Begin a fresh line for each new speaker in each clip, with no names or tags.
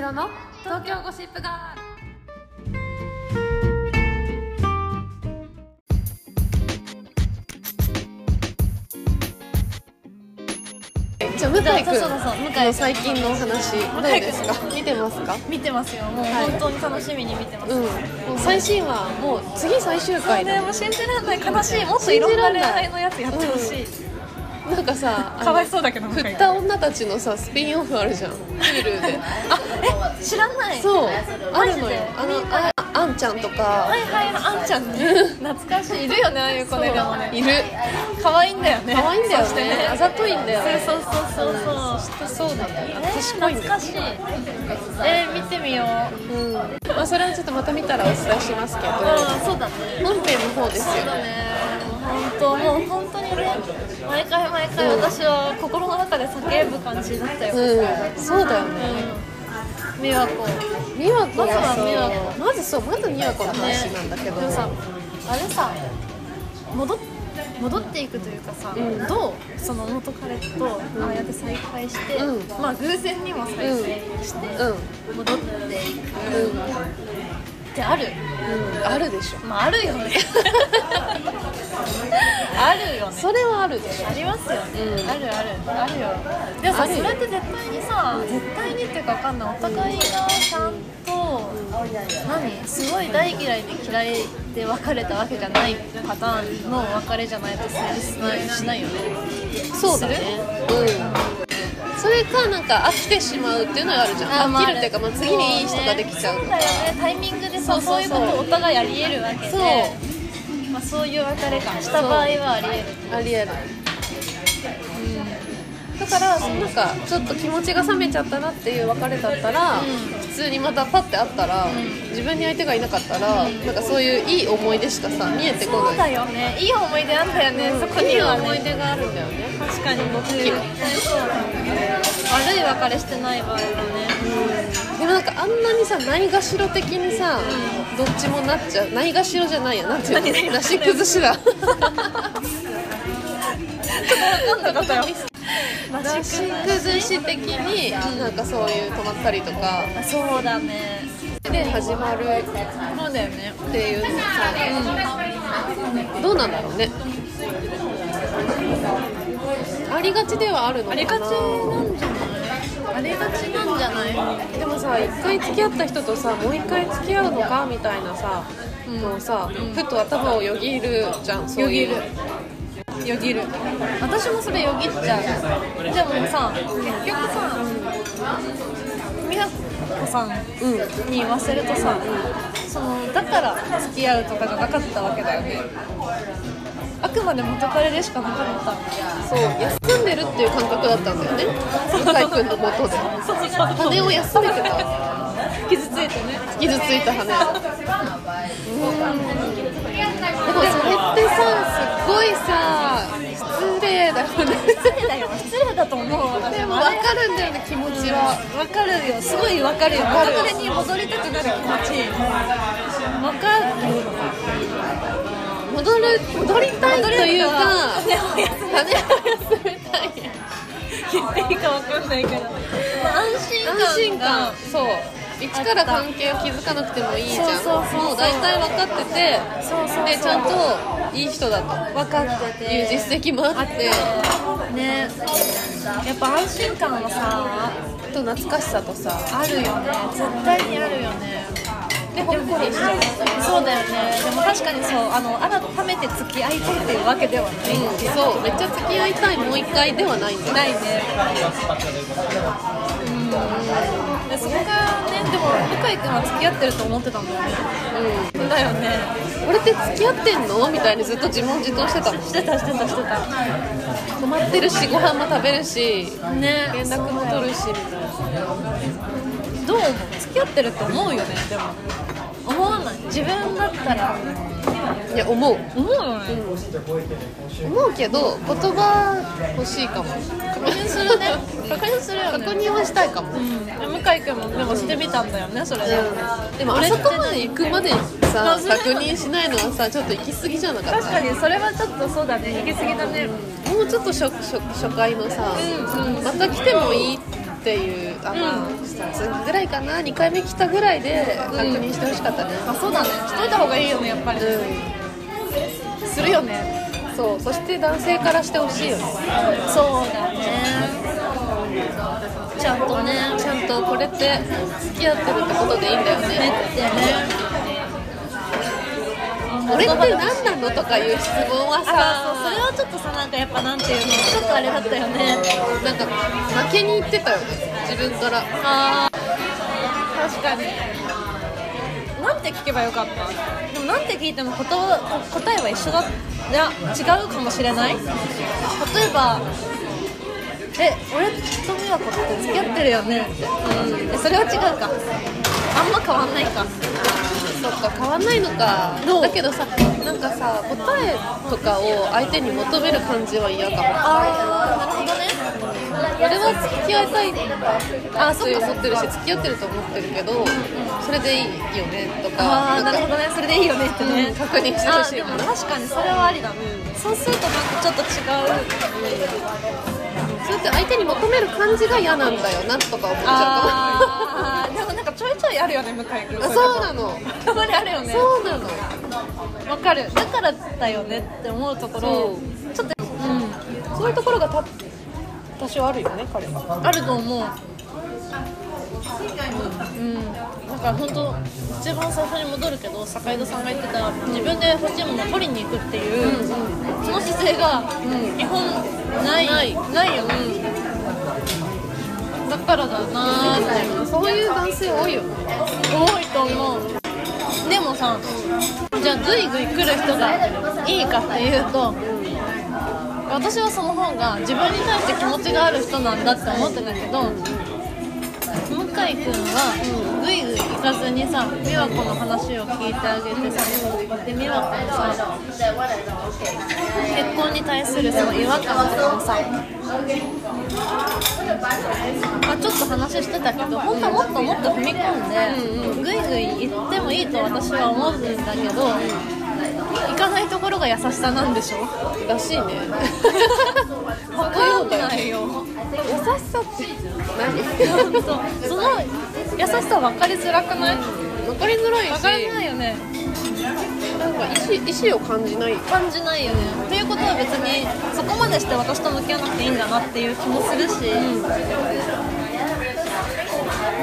ろの東京ゴシップガール
じゃあ向井君
そうそうそう向井
の最近の話どう
向井
ですか見てますか
見てますよもう本当に楽しみに見てます、
うんもう最新話もう次最終回
で
だ
も信じられない悲しいもっといろんな恋愛のやつやってほしい、
なんかさあの
かわいそうだけど向井
振った女たちのさスピンオフあるじゃん Hulu で
え知らない
そうあ
マ
る
ジ
のよ
で
あのああんちゃんとか
はいはいあんちゃんね懐かしいいるよねああいう子ねでもね
いる
可愛いんだよね
可愛いんだよ
そして
ねあ
ね
ざといんだよね
そうそうそうそうそう
そうだねあ
え
賢いんだよ
懐かしいえー、見てみようう
う
ん
んまあそれはちょっとまた見たらお伝えしますけど
そうだね
本編の方ですよ
そうだね本当もう本当にね毎回毎回私は心の中で叫ぶ感じになったよ、うん
うんそうだよね
美和子
美和子
まずは美和
子まずそうまず美和子の話なんだけど、
でもさあれさ戻っ戻っていくというかさ、
ん
どうその元彼とああやって再会して、
うん
まあ偶然にも再会して、
う
戻っていく
う
っ
ん
てある
うん、あるでしょ
まああるよねあるよね
それはあるでしょ
ありますよね、
うん
あるあるあるよでも
あ
さ
るよ
それって絶対にさ絶対にっていうかわかんないお互いがちゃんと何すごい大嫌いで嫌いで別れたわけじゃないパターンの別れじゃないと成立しないしないよね
そうだねうんそれかなんか飽きてしまうっていうのがあるじゃん飽きるっていうか、まあ、次にいい人ができちゃう
そ
と
う
か
だよねタイミングで
そ
さ
うそ
そうう
そ
いううことお互いありえるわけで
そう
まあ、そういう別れかした場合はありえる
ありえる、だからそのなんかちょっと気持ちが冷めちゃったなっていう別れだったら、普通にまたパッて会ったら、自分に相手がいなかったら、なんかそういういい思い出しかさ見えてこ
そ
な
う
い
だよねいい思い出あんだよね、そこ
い
に
い
は
思い
ね
出があるんだよね
確かに僕絶対そうだよね悪い別れしてない場合はね
でもなんかあんなにさないがしろ的にさ、どっちもなっちゃうないがしろじゃないやなんていうのなし崩しだ
分かんなかったよ マ
なし崩し的になんかそういう止まったりとか
そうだね
で始まるっ
そうだよね
ていうのさ、どうなんだろうねありがちではあるのかな
ありがちなんじゃないありがちなんじゃない
でもさ一回付き合った人とさもう一回付き合うのかみたいなさ、のをさ、ふと頭をよぎるじゃんそういう
よよぎる私もそれよぎっちゃうでもさ結局さ美和子さん
うん
に言わせるとさそのだから付き合うとかじゃなかったわけだよねあくまで元彼でしかなかった
そう休んでるっていう感覚だったんだよね向井君のもと で
そうそうそう
羽を休めてた
傷ついてね
傷ついた羽うんでもそれってさすっごいさ失礼だよね
失礼だよ失礼だと思う私
でも
も
分
あれ
かるんだよね気持ちは
わかるよすごいわかるよ
かる
元彼に戻りたくなる気持ちわかる
戻る戻りたいというか羽
でもいや
を休めたい
いいかわかんないけど安心感が
安心感そう一から関係を築かなくてもいいじゃん
そうそうそうそう
もう大体分かってて
そうそうそう
でちゃんといい人だと
分かってて
いう実績もあって
ねやっぱ安心感はさ
と懐かしさとさ
あるよね絶対にあるよね
でほっこりした
そうだよねでも確かにそうあの改めて付き合いたいっていうわけではない、
そうめっちゃ付き合いたいもう一回ではないんだよ
ないねうんでそこがねでも向井君は付き合ってると思ってたんだよねだよね
うん、俺って付き合ってんのみたいにずっと自問自答してたの
してたしてたしてた
泊まってるしご飯も食べるし
ね
連絡も取るしみたいな
どう思う付き合ってると思うよねでも思わない自分だったら
いや思う
思うよね、
思うけど言葉欲しいかも
確認するね確認するよね
確認はしたいかも、
うん、向井君もでもしてみたんだよねそれで、
でもあそこまで行くまでさ
あそう
確認しないのはさちょっと行き過ぎじゃなかっ
確
た
かにそれはちょっとそうだね行き過ぎだね
もうちょっと初初初回のさ、
うん
また来てもいいっていうあの、次ぐらいかな2回目来たぐらいで確認してほしかったね、
あそうだねしといた方がいいよねやっぱりするよね
うん、そうそして男性からしてほしいよね
そうだねちゃんとね
ちゃんとこれって付き合ってるってことでいいんだよ
めっ
ね
てね
俺って何なのとかいう質問は
あそうそれ
さ
はちょっとさなんかやっぱなんていうのちょっとあれだったよね
なんか負けに行ってたよね自分から
あー確かになんて聞けばよかったでもなんて聞いてもこと答えは一緒だいや違うかもしれない例えば「え俺と美和子って付き合ってるよね」って、うん、えそれは違うかあんま変わんないか
そっか変わんないのか
どう
だけどさなんかさ答えとかを相手に求める感じは嫌かも
ああなるほどね
俺は付き合いたいあそういう思ってるし付き合ってると思ってるけどそれでいいよねと
あ
か
あなるほどねそれでいいよねってね、
うん確認してほしい
あ
か
ーで
な
も確かにそれはありだ、そうするとなんかちょっと違う
それって相手に求める感じが嫌なんだよなとか思っちゃ
あーでもなんかちょいちょいあるよね向井君
うかもあ そうなの
たまにあるよね
そうなの
わかるだからだよねって思うところちょっとうん
そういうところがた多少あるよね彼は
あると思ううんだから本当一番最初に戻るけど坂井戸さんが言ってた自分で欲しいものを取りに行くっていう、その姿勢が
ん
基本ない、ないよね、だからだなーって
そういう男性多いよね
多いと思うでもさじゃあグイグイ来る人がいいかっていうと私はその方が自分に対して気持ちがある人なんだって思ってたけど向井君はグイグイ行かずにさ美和子の話を聞いてあげてさで美和子のさ結婚に対するその違和感とかもさまあ、ちょっと話してたけど本当はもっともっと踏み込んでぐいぐい行ってもいいと私は思うんだけど行かないところが優しさなんでしょ
ら しいね
わかんないよ
優しさって
本
何
当その優しさ分かりづらくない
分かりづらい
分
し
かりづらいよね
なんか意思意思を感じない
感じないよねということは別にそこまでして私と向き合わなくていいんだなっていう気もするし、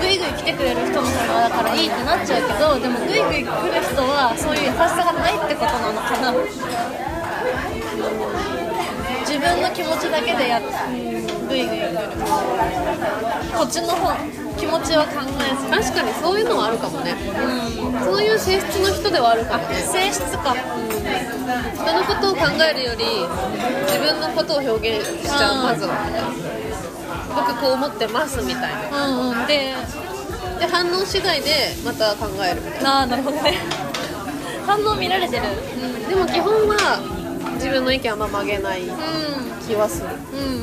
ぐいぐい来てくれる人の方がだからいいってなっちゃうけどでもぐいぐい来る人はそういう優しさがないってことなのかな自分の気持ちだけでやっぐいぐい来るこっちの方気持ちは考えず
確かにそういうのはあるかもね、そういう性質の人ではあるかもね
性質か
人のことを考えるより自分のことを表現しちゃ
う
うんまずは僕こう思ってますみたいな
うんうんで
で反応次第でまた考えるみたい
ああなるほどね 反応見られてる
なでも基本は自分の意見はあんま曲げない気はする
うんうん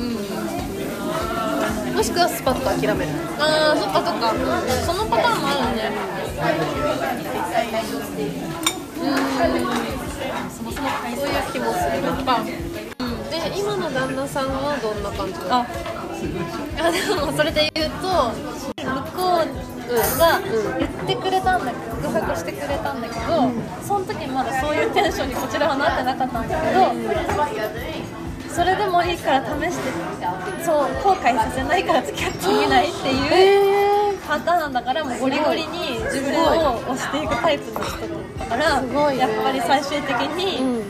うん
もしくはスパッと諦める
ああそっかそっかそのパターンもあるね
そういう気もする
やっぱ
で今の旦那さんはどんな感じなの
ああでもそれで言うと向こうが言ってくれたんだけど告白してくれたんだけど、その時まだそういうテンションにこちらはなってなかったんだけどそれでもいいから試してそう後悔させないから付き合ってみないっていうパターンだからもうゴリゴリに自分を押していくタイプの人だから
すごいね
やっぱり最終的に、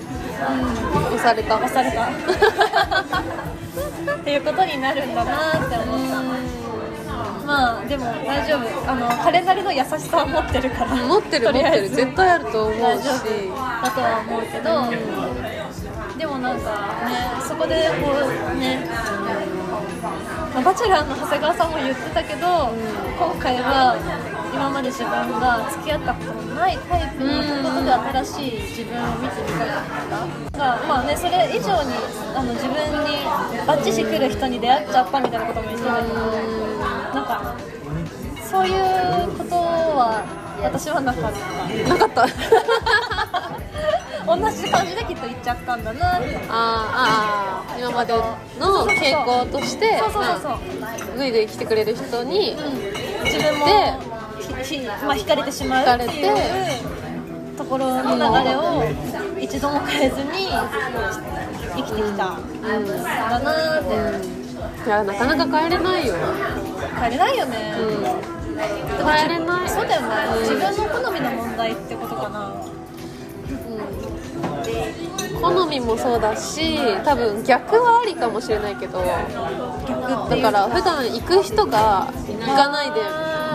押された
騙され たっていうことになるんだなって思ったまあでも大丈夫あの彼なりの優しさを持ってるから
持ってる
と
持
り
っ
あ
て
え
る
ず
絶対あると思うし
大丈夫だとは思うけど、でもなんかねそこでこうね、まあバチェラーの長谷川さんも言ってたけど、今回は今まで自分が付き合ったことのないタイプのことで新しい自分を見てみたかったがまあねそれ以上にあの自分にバッチし来る人に出会っちゃったみたいなことも言ってたけど、なんかそういうことは私はなかった。
なかった
同じ感じできっと行っちゃったんだなって
あーあー今今までの傾向として
そうそうそうそう
うんぐいぐい来てくれる人に
自分もひひまあ、惹かれてしまうってい
惹
う
か
ところの流れを一度も変えずに生きてきた、だなーって
いやなかなか帰れないよ、
変えれないよね、
うん、帰れない
そうだよね、自分の好みの問題ってことかな
好みもそうだし多分逆はありかもしれないけどだから普段行く人が行かないで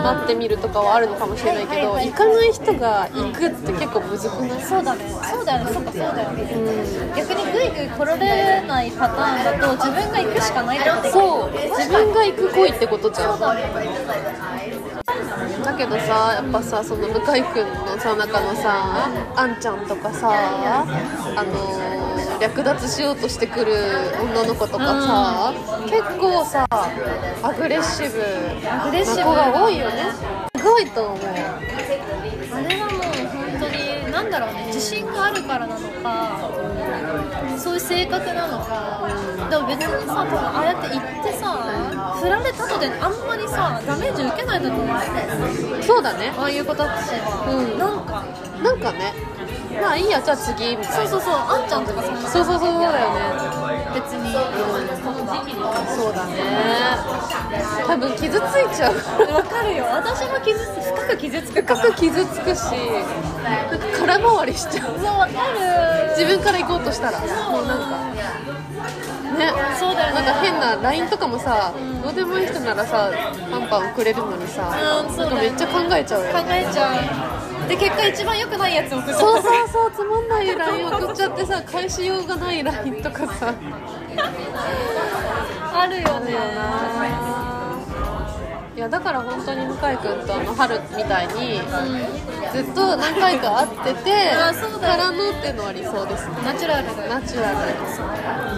待ってみるとかはあるのかもしれないけど行かない人が行くって結構むずくない
そうだねそうだよねそうかそうだよね、逆にグイグイ来られないパターンだと自分が行くしかないってこと
そう自分が行く恋ってことじゃんだけどさやっぱさその向井君のさ中のさあんちゃんとかさあのー略奪しようとしてくる女の子とかさ、結構さアグレッシブな
アグレッシブ
子が多いよねすごいと思う
あれはもう本当に何だろうね自信があるからなのかそういう性格なのかでも別にさ多分ああやって行ってさ振られたとであんまりさダメージ受けないと思うんだよね
そうだね
ああいう子たちは、
うん
なんか
なんかねまあいいやじゃあ次みた
そ
いうな
そうそうあんちゃんとかそんな
そうそうそうそうだよね
別に、
そうだね多分傷ついちゃう
わかるよ私も傷つ深く傷つくから
深く傷つくしなんか空回りしちゃう
そうわかる
自分から行こうとしたらもうなんかね
そうだよ
なん
ね
か変な LINE とかもさ、どうでもいい人ならさパンパンくれるのにさ、
うんそうだ
なん
よ
かめっちゃ考えちゃうよ
考えちゃうで結果一番良くないやつ送っちゃった
そうそうそうつまんない LINE 送っちゃってさ返しようがない LINE とかさ
あるよね
いやだから本当に向井君とあの春みたいに、ずっと何回か会ってて
あそうだ
から
よね
のっていうのは理想ですね
ナチュラルだよ
ナチュラル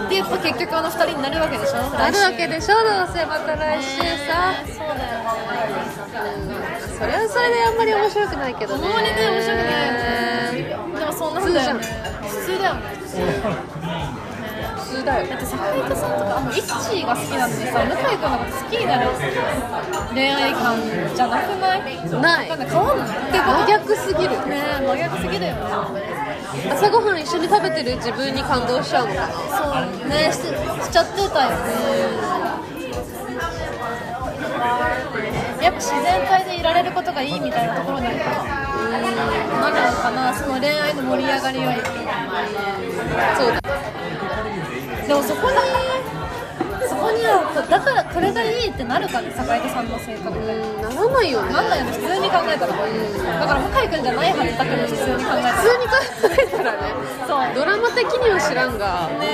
でやっぱ結局あの二人になるわけでしょ
あ
な
るわけでしょどうせまた来週さ、
そうだよね
それはそれであんまり面白くないけど
あん
ね
まりね面白くないよねでもそんなもんだよね普通だよね
普通だよ
だって坂井戸さんとかあのイッチーが好きなのにさ向井君のこと好きになる恋愛感じゃなくない
ない
なんか変わんないってこ
真逆
と
すぎる
ねえ真逆すぎるよね
朝ごはん一緒に食べてる自分に感動しちゃうのかな
そうねししちゃってたよねやっぱ自然体でいられることがいいみたいなところになるなのかなその恋愛の盛り上がりより
そうだ
でもそこにそこにはだからこれがいいってなるかね坂井戸さんの性格で
うんならないよね
なんだよね普通に考えたらだから向井君じゃないはずだけど普通
普通に考えた
に考えたら
らね
そう
ドラマ的には知らんが、普通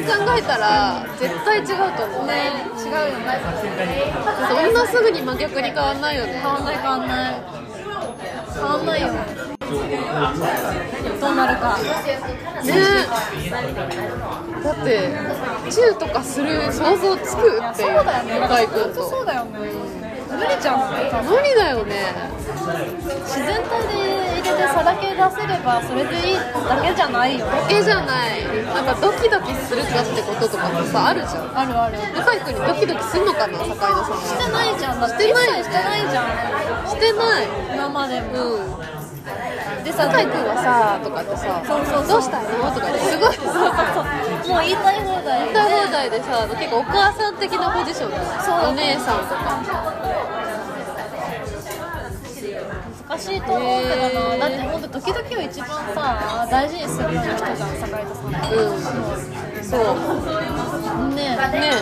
に考えたら絶対違うと思う、
ね違うよね
そんなすぐに真逆に変わんないよね
変わんない変わんない変わんないよどうなるか
ねだってチューとかする想像つくって
そう
いう
だよね
向井
本
君
当そ
と
うだよね無理じゃん
無理だよね
自然体で入れてさらけ出せればそれでいいだけじゃないよ
絵じゃないなんかドキドキするかってこととかもさあるじゃん
あるある
向井君にドキドキするのかな坂井戸さん
し
は
てないじゃんだって
してない
一切してないじゃん
してない
今までも
うん
でさ
向井君はさとかってさ
そうそうそう
どうしたいのとかってすごい
そう
さ
そうそうもう言いたい放
言い
題
たい放題でさ結構お母さん的なポジションだよ
そ
お
う
姉さんとか
難しいと思うけどな、だってほんとドキドキを一番さ大事にする人じゃん坂井戸さん
うんそう
ね
ね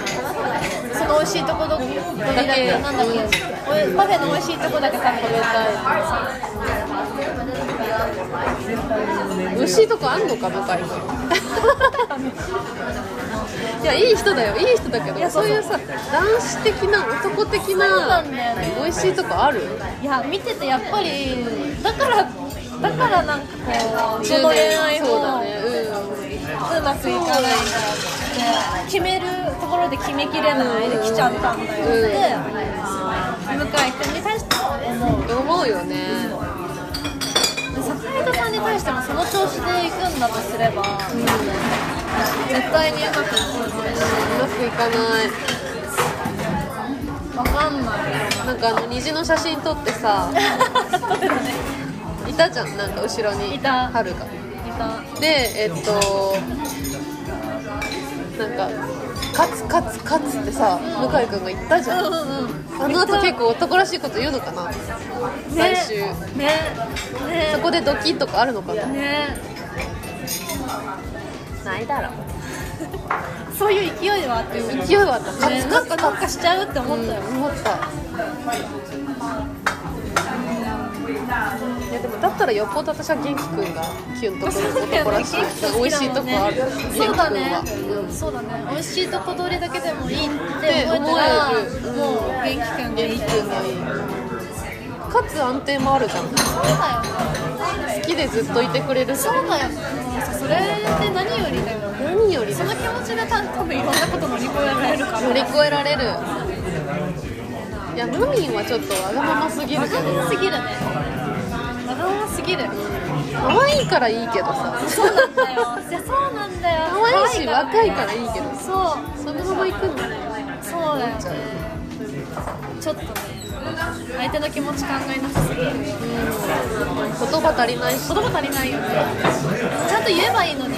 その美味しいとこどこだ
だけ
けなんだっけ、おパフェの美味しいとこだけ食べたい
美味しいとこあんのか向井君いやいい人だよいい人だけどそういうさ男子的な男的
そうな
なん
だよね
美味しいとこある
いや見ててやっぱりだからだからなんかこうその
10
恋
年
愛も
そう
う
だねうん
まくいかないんだって決めるところで決めきれないで来ちゃったんだよって、向井君に対して思う
思うよね
そ坂本さんに対してもその調子で行くんだとすれば、絶対にうまくいかないし
うまくいかない
わかんない
なんかあの虹の写真撮ってさいたじゃんなんか後ろに
いた
春が
いた
でえっとなんかカツカツカツってさ向井君が言ったじゃん、
うんうん
あの後結構男らしいこと言うのかな、来週
ね
そ
ね
こでドキッとかあるのかな
ね
ないだろ
そういう勢いではあってよ、ね、
勢いはあったカツ
な
カ
ん
ツ
か
カ
なんかしちゃうって思ったよ、
ツ思ったいやでもだったらよっぽど私は元気くんがキュンとくる男らしい美味しいとこある
そうだね
元気くんはうん
そうだね美味しいとこ取りだけでもいいって思えたら
って思えるうん
もう元気くんがいい
元気くんがいいかつ安定もあるじゃん好
そうだよね
きでずっといてくれるし
そうだよねそれって何よりだよね
何より
そ
も
の気持ちでた多分いろんなこと乗り越えられるから
乗り越えられるいやムミンはちょっとわがまますぎる
わ
けど
がまますぎるねわがまますぎる
可愛いからいいけどさ
そうなんだよいやそうなんだよ
可愛いし若い
ら
からいいけど
そう
そのまま行くんだね
そうだよねちょっとね相手の気持ち考えなさすぎる
言葉足りないし
言葉足りないよねちゃんと言えばいいのに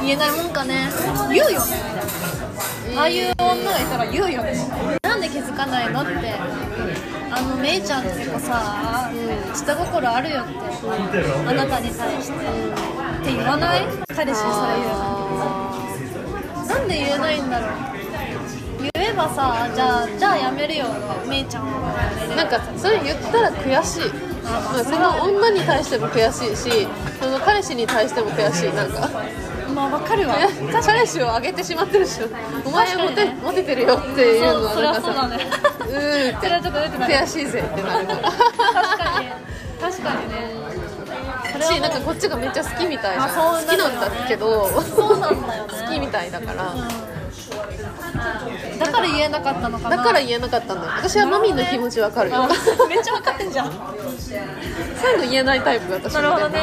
言えないもんかね言うよねああいう女がいたら言うよねなんで気づかないのってあのめいちゃんって子さ、下心あるよってあなたに対してって言わない彼氏にそれ言うの
あ
なんで言えないんだろう言えばさじゃあじゃあやめるよめいちゃんは
ーなんかそれ言ったら悔しいうんその女に対しても悔しいしその彼氏に対しても悔しいなんか
まあわかるわ
いや彼氏をあげてしまってるでしょお前モテ,、モテてるよっていうのは
そり
な
ゃ
ん
そ
か
うだ
さ
ね
うーんっ
そ
て
れはちょっと出てない
悔しいぜってなるから
確かに確かにねそれはも
し
う
なんかこっちがめっちゃ好きみたいじゃん
あそ
好
う
きな
なるよね
んだけど
そうなんだよね
好きみたいだから、
だから言えなかったのかな
だから言えなかったんだよ私はマミーの気持ちわかるよ
あめっちゃ分かってんじゃん
最後言えないタイプ私みたい
なるほどね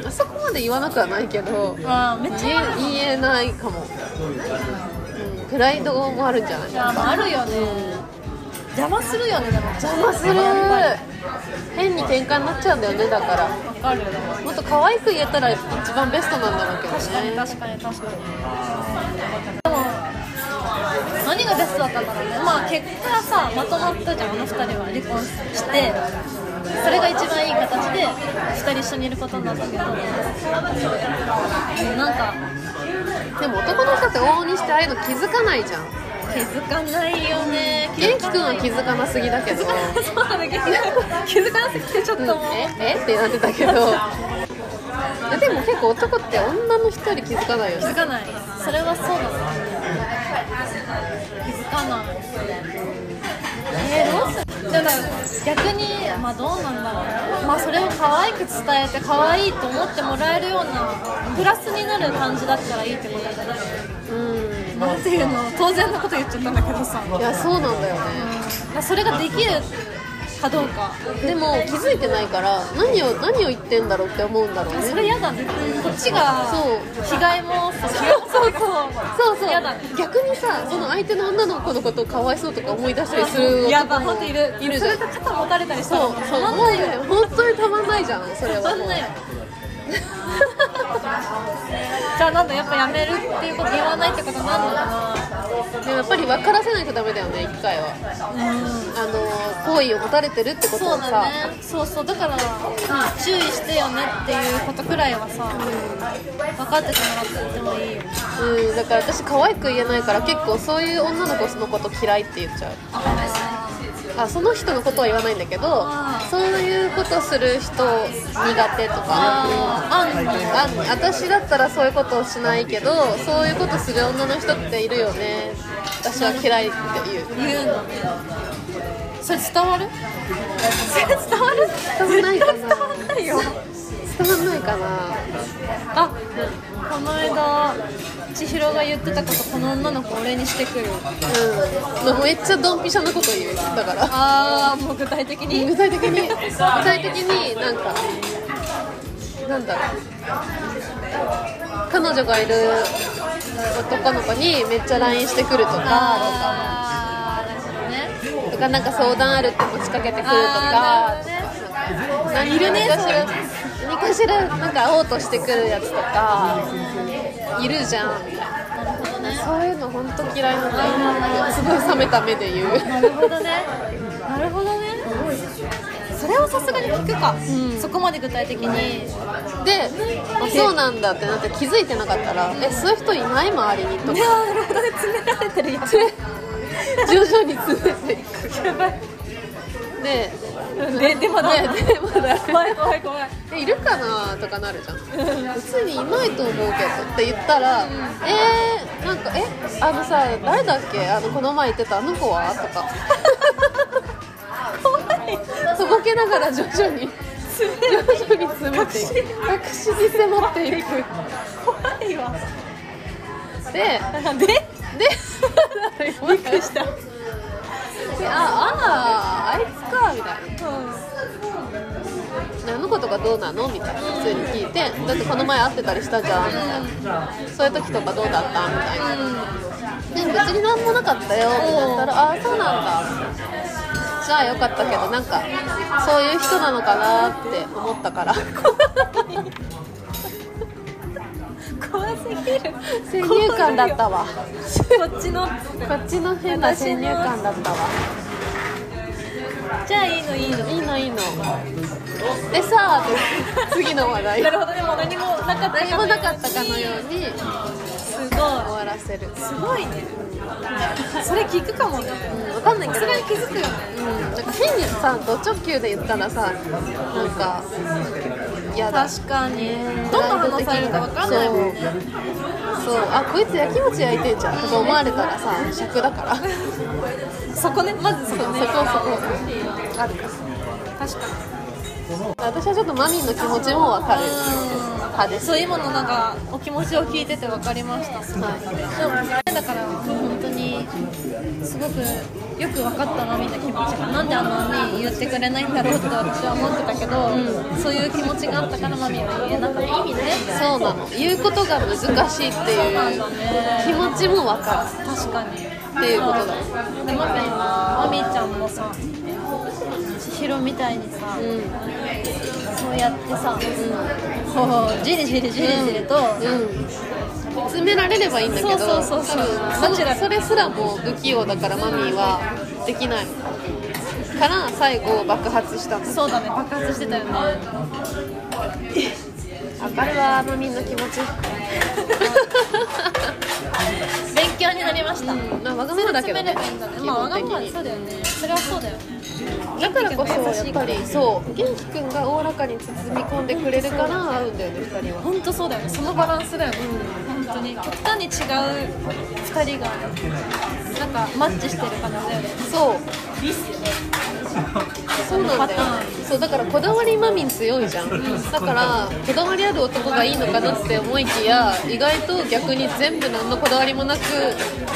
うんあそこまで言わなくはないけど
あめっちゃ
言え言えないかも、うん、プライドもあるんじゃない
あまああるよね邪魔するよねでも
邪魔する変に喧嘩になっちゃうんだよねだから
分かるよ
もっと可愛く言えたら一番ベストなんだろうけど
確かに
ね
確かに確かにでも何がベストだったんだろうねまあ結果がさまとまったじゃんあの2人は離婚してそれが一番いい形で2人一緒にいることになったけどなんか
でも男の人って往々にしてああいうの気づかないじゃん
気づかないよね
元気くんは気づかなすぎだけど
そうだね気づか気づかなすぎてちょっともう、
ええってなってたけどいやでも結構男って女の人より気づかないよ
気づ
ね
かないそれはそうだね気づかないえー、どうするでも逆にまあどうなんだろうまあそれを可愛く伝えて可愛いと思ってもらえるようなプラスになる感じだったらいいってことだね
うん
なんていうの当然のこと言っちゃったんだけどさ
いやそうなんだよね
まあそれができるかどうか
でも気づいてないから何を何を言ってんだろうって思うんだろうね
それ嫌だねこっちが
そう
被害もそう
そ
そう
うそう
嫌だね
逆にさその相手の女の子のことをかわいそうとか思い出したりする
や
男
だ
も
本当いる
いるじ
そ
ゃ
れ
ん
と肩持たれたりしたら
そうそう
たまん
もう
ないよ
ね本当にたまんないじゃんそれは
そ
も
ん
う
なよ じゃあなんだやっぱやめるっていうこと言わないってことなんのか
でもやっぱり分からせないとダメだよね一回は
なう
あ
ん
の好意を持たれてるってこと
そ
を
う
さ
だねそうそうだから、うん注意してよねっていうことくらいはさ、分かっててもらってもいいよ
うんだから私可愛く言えないから結構そういう女の子のこと嫌いって言っちゃうあその人のことは言わないんだけど
あー
そういうことする人苦手とか
あああんの
あ私だったらそういうことをしないけどそういうことする女の人っているよね私は嫌いって言う
言うのそれ伝わるそれ伝わる
伝わんないかな
伝わんないよ
たまんないかな
あこの間千尋が言ってたことこの女の子俺にしてくる
うん、めっちゃドンピシャなこと言うだから
あーもう具体的に
具体的に具体的になんかなんだろう彼女がいる男の子にめっちゃ LINE してくるとか
あーなるほどね
とかなんか相談あるって持ちかけてくると
あ
か
ーなるほどね
何かしら何かしらなんか会おうとしてくるやつとかいるじゃん
なるほどね
そういうの本当嫌いなんだよすごい冷めた目で言う
なるほどね。なるほどね。それはさすがに聞くか。そこまで具体的に。
で、あそうなんだってなって気づいてなかったら、えそういう人いない周りにと
い
か
やーなるほどね。詰められてるやつ。
徐々に詰めていく
やばい。
で
ででまだ。
ねでまだ
怖い怖い怖い。
えいるかなとかなるじゃん別にいないと思うけどって言ったら、えー、なんかえあのさ誰だっけあのこの前言ってたあの子はとか怖いとぼけながら徐々に徐々に詰めていく隠しに迫っていく
怖いわ。
で
で
で びっくりしたああーあいつかみたいなあの子とかどうなのみたいな普通に聞いてだってこの前会ってたりしたじゃんみたいなそういう時とかどうだったみたいな、で別に何もなかったよみたいなったらああーそうなんだじゃあよかったけどなんかそういう人なのかなって思った から
怖すぎる。
先入観だったわ
こっちの。
こっちの変な先入観だったわ
じゃあいいのいいの。
いいのいいのでさあで次の話題
なるほどでも何もなかった。
何もなかったかのように終
すごい。
わらせる、う
すごいね。それ聞くかもね。
ん、分かんないけ
さ
ど
すがに気づくよね。
うん、なんか変にさド直球で言ったらさなんか嫌だ
確かに。どんな話されるかわかんないもんね。
そうあこいつ焼きもち焼いてんじゃんとか思われたらさ尺だ からそう
そこねまずそ
そこ
こね。
そこある
確かに。
私はちょっとマミンの気持ちも分かる派です
そう今のなんかお気持ちを聞いてて分かりました。
はい
そうだから本当にすごくよく分かったなみんな気持ちがなんであんなに言ってくれないんだろうって私は思ってたけど、そういう気持ちがあったからマミは言えなかった意味ね
そうなの言うことが難しいっていう気持ちも分か
確か
る
に
っていうことだ
でまた今マミちゃんもさ千尋みたいにさ、
うん
そうやってさ、こうじりじりじりじりと、
うん、詰められればいいんだけど
そうそうそうそう
多分そそれすらも不器用だからマミーはできないから最後爆発したの
そうだね爆発してたよね
分かるわマミーの気持ち
勉強になりました、
まあわがままだけどね
詰めればいいんだね
基
まあ
本
わが
的
まま
に
そうだよねそれはそうだよね
だからこそやっぱりそう元気くんがおおらかに包み込んでくれるから合うんだよね2人は
本当そうだよねそのバランスだよね、本当に極端に違う2人がなんかマッチしてる感じだよね
そう
いいっすよね
そうなんだよ
パター
そうだからこだわりマミン強いじゃんだからこだわりある男がいいのかなって思いきや意外と逆に全部何のこだわりもなく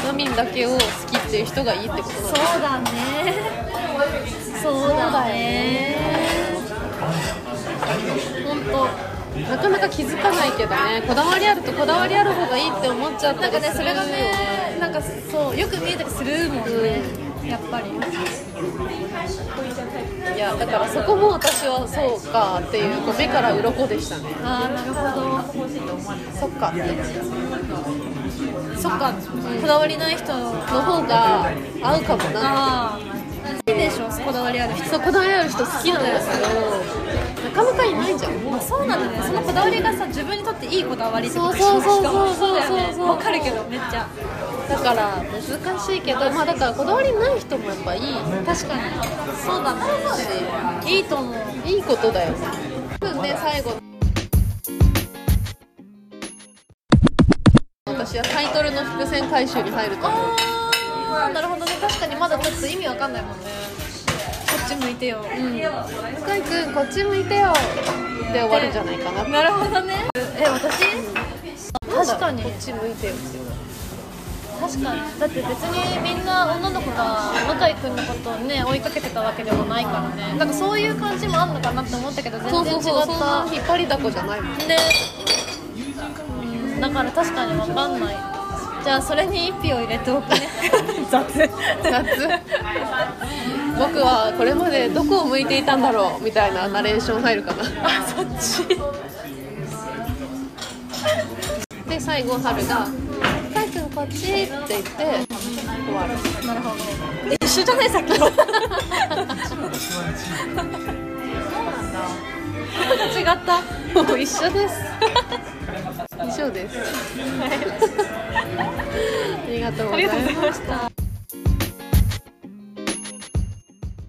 マミンだけを好きっていう人がいいってことなの
そうだねそうだね本当
なかなか気づかないけどねこだわりあるとこだわりある方がいいって思っちゃった
なんか
り
ね
す
そ
る
れがねなんかそうよく見えたりするもんね、やっぱり
いやだからそこも私はそうかっていうこう目から鱗でしたね
ああなるほど
そっかって
そっかこだわりない人
の方が合うかもな
ああいいでしょこだわりある人
そうこだわりある人好きなんだけどなかなかいないじゃん
まあ、そうなんだねそのこだわりがさ自分にとっていいこだわりってことでし
そ
ょ
うそうそうそう
そうだよね
そうそうそう
わかるけどめっちゃ
だから難しいけどまあだからこだわりない人もやっぱいい
確かにそうだねいいと思う
いいことだよね多分ね最後私はタイトルの伏線回収に入ると思う
あーなるほどね確かにまだちょっと意味わかんないもんね
そ
っち向いてよ、
向井君こっち向いてよで終わるんじゃないかな
なるほどねえ私確かに
こっち向いてよ
確かにだって別にみんな女の子が向井君のことをね追いかけてたわけでもないからねなんかそういう感じもあんのかなって思ったけど全
そう
然
そ
違
う
っ
そうそん
た
な引っ張りだこじゃないもん
ねうんだから確かに分かんないじゃあそれに一票入れておくね 雑
雑僕はこれまでどこを向いていたんだろうみたいなナレーション入るかなあそっちで最後春が「かいくんこっち」って言って終わる
なるほどえ一緒じゃないさっ きの違った
も う一緒です以上です ありがとうございます
ました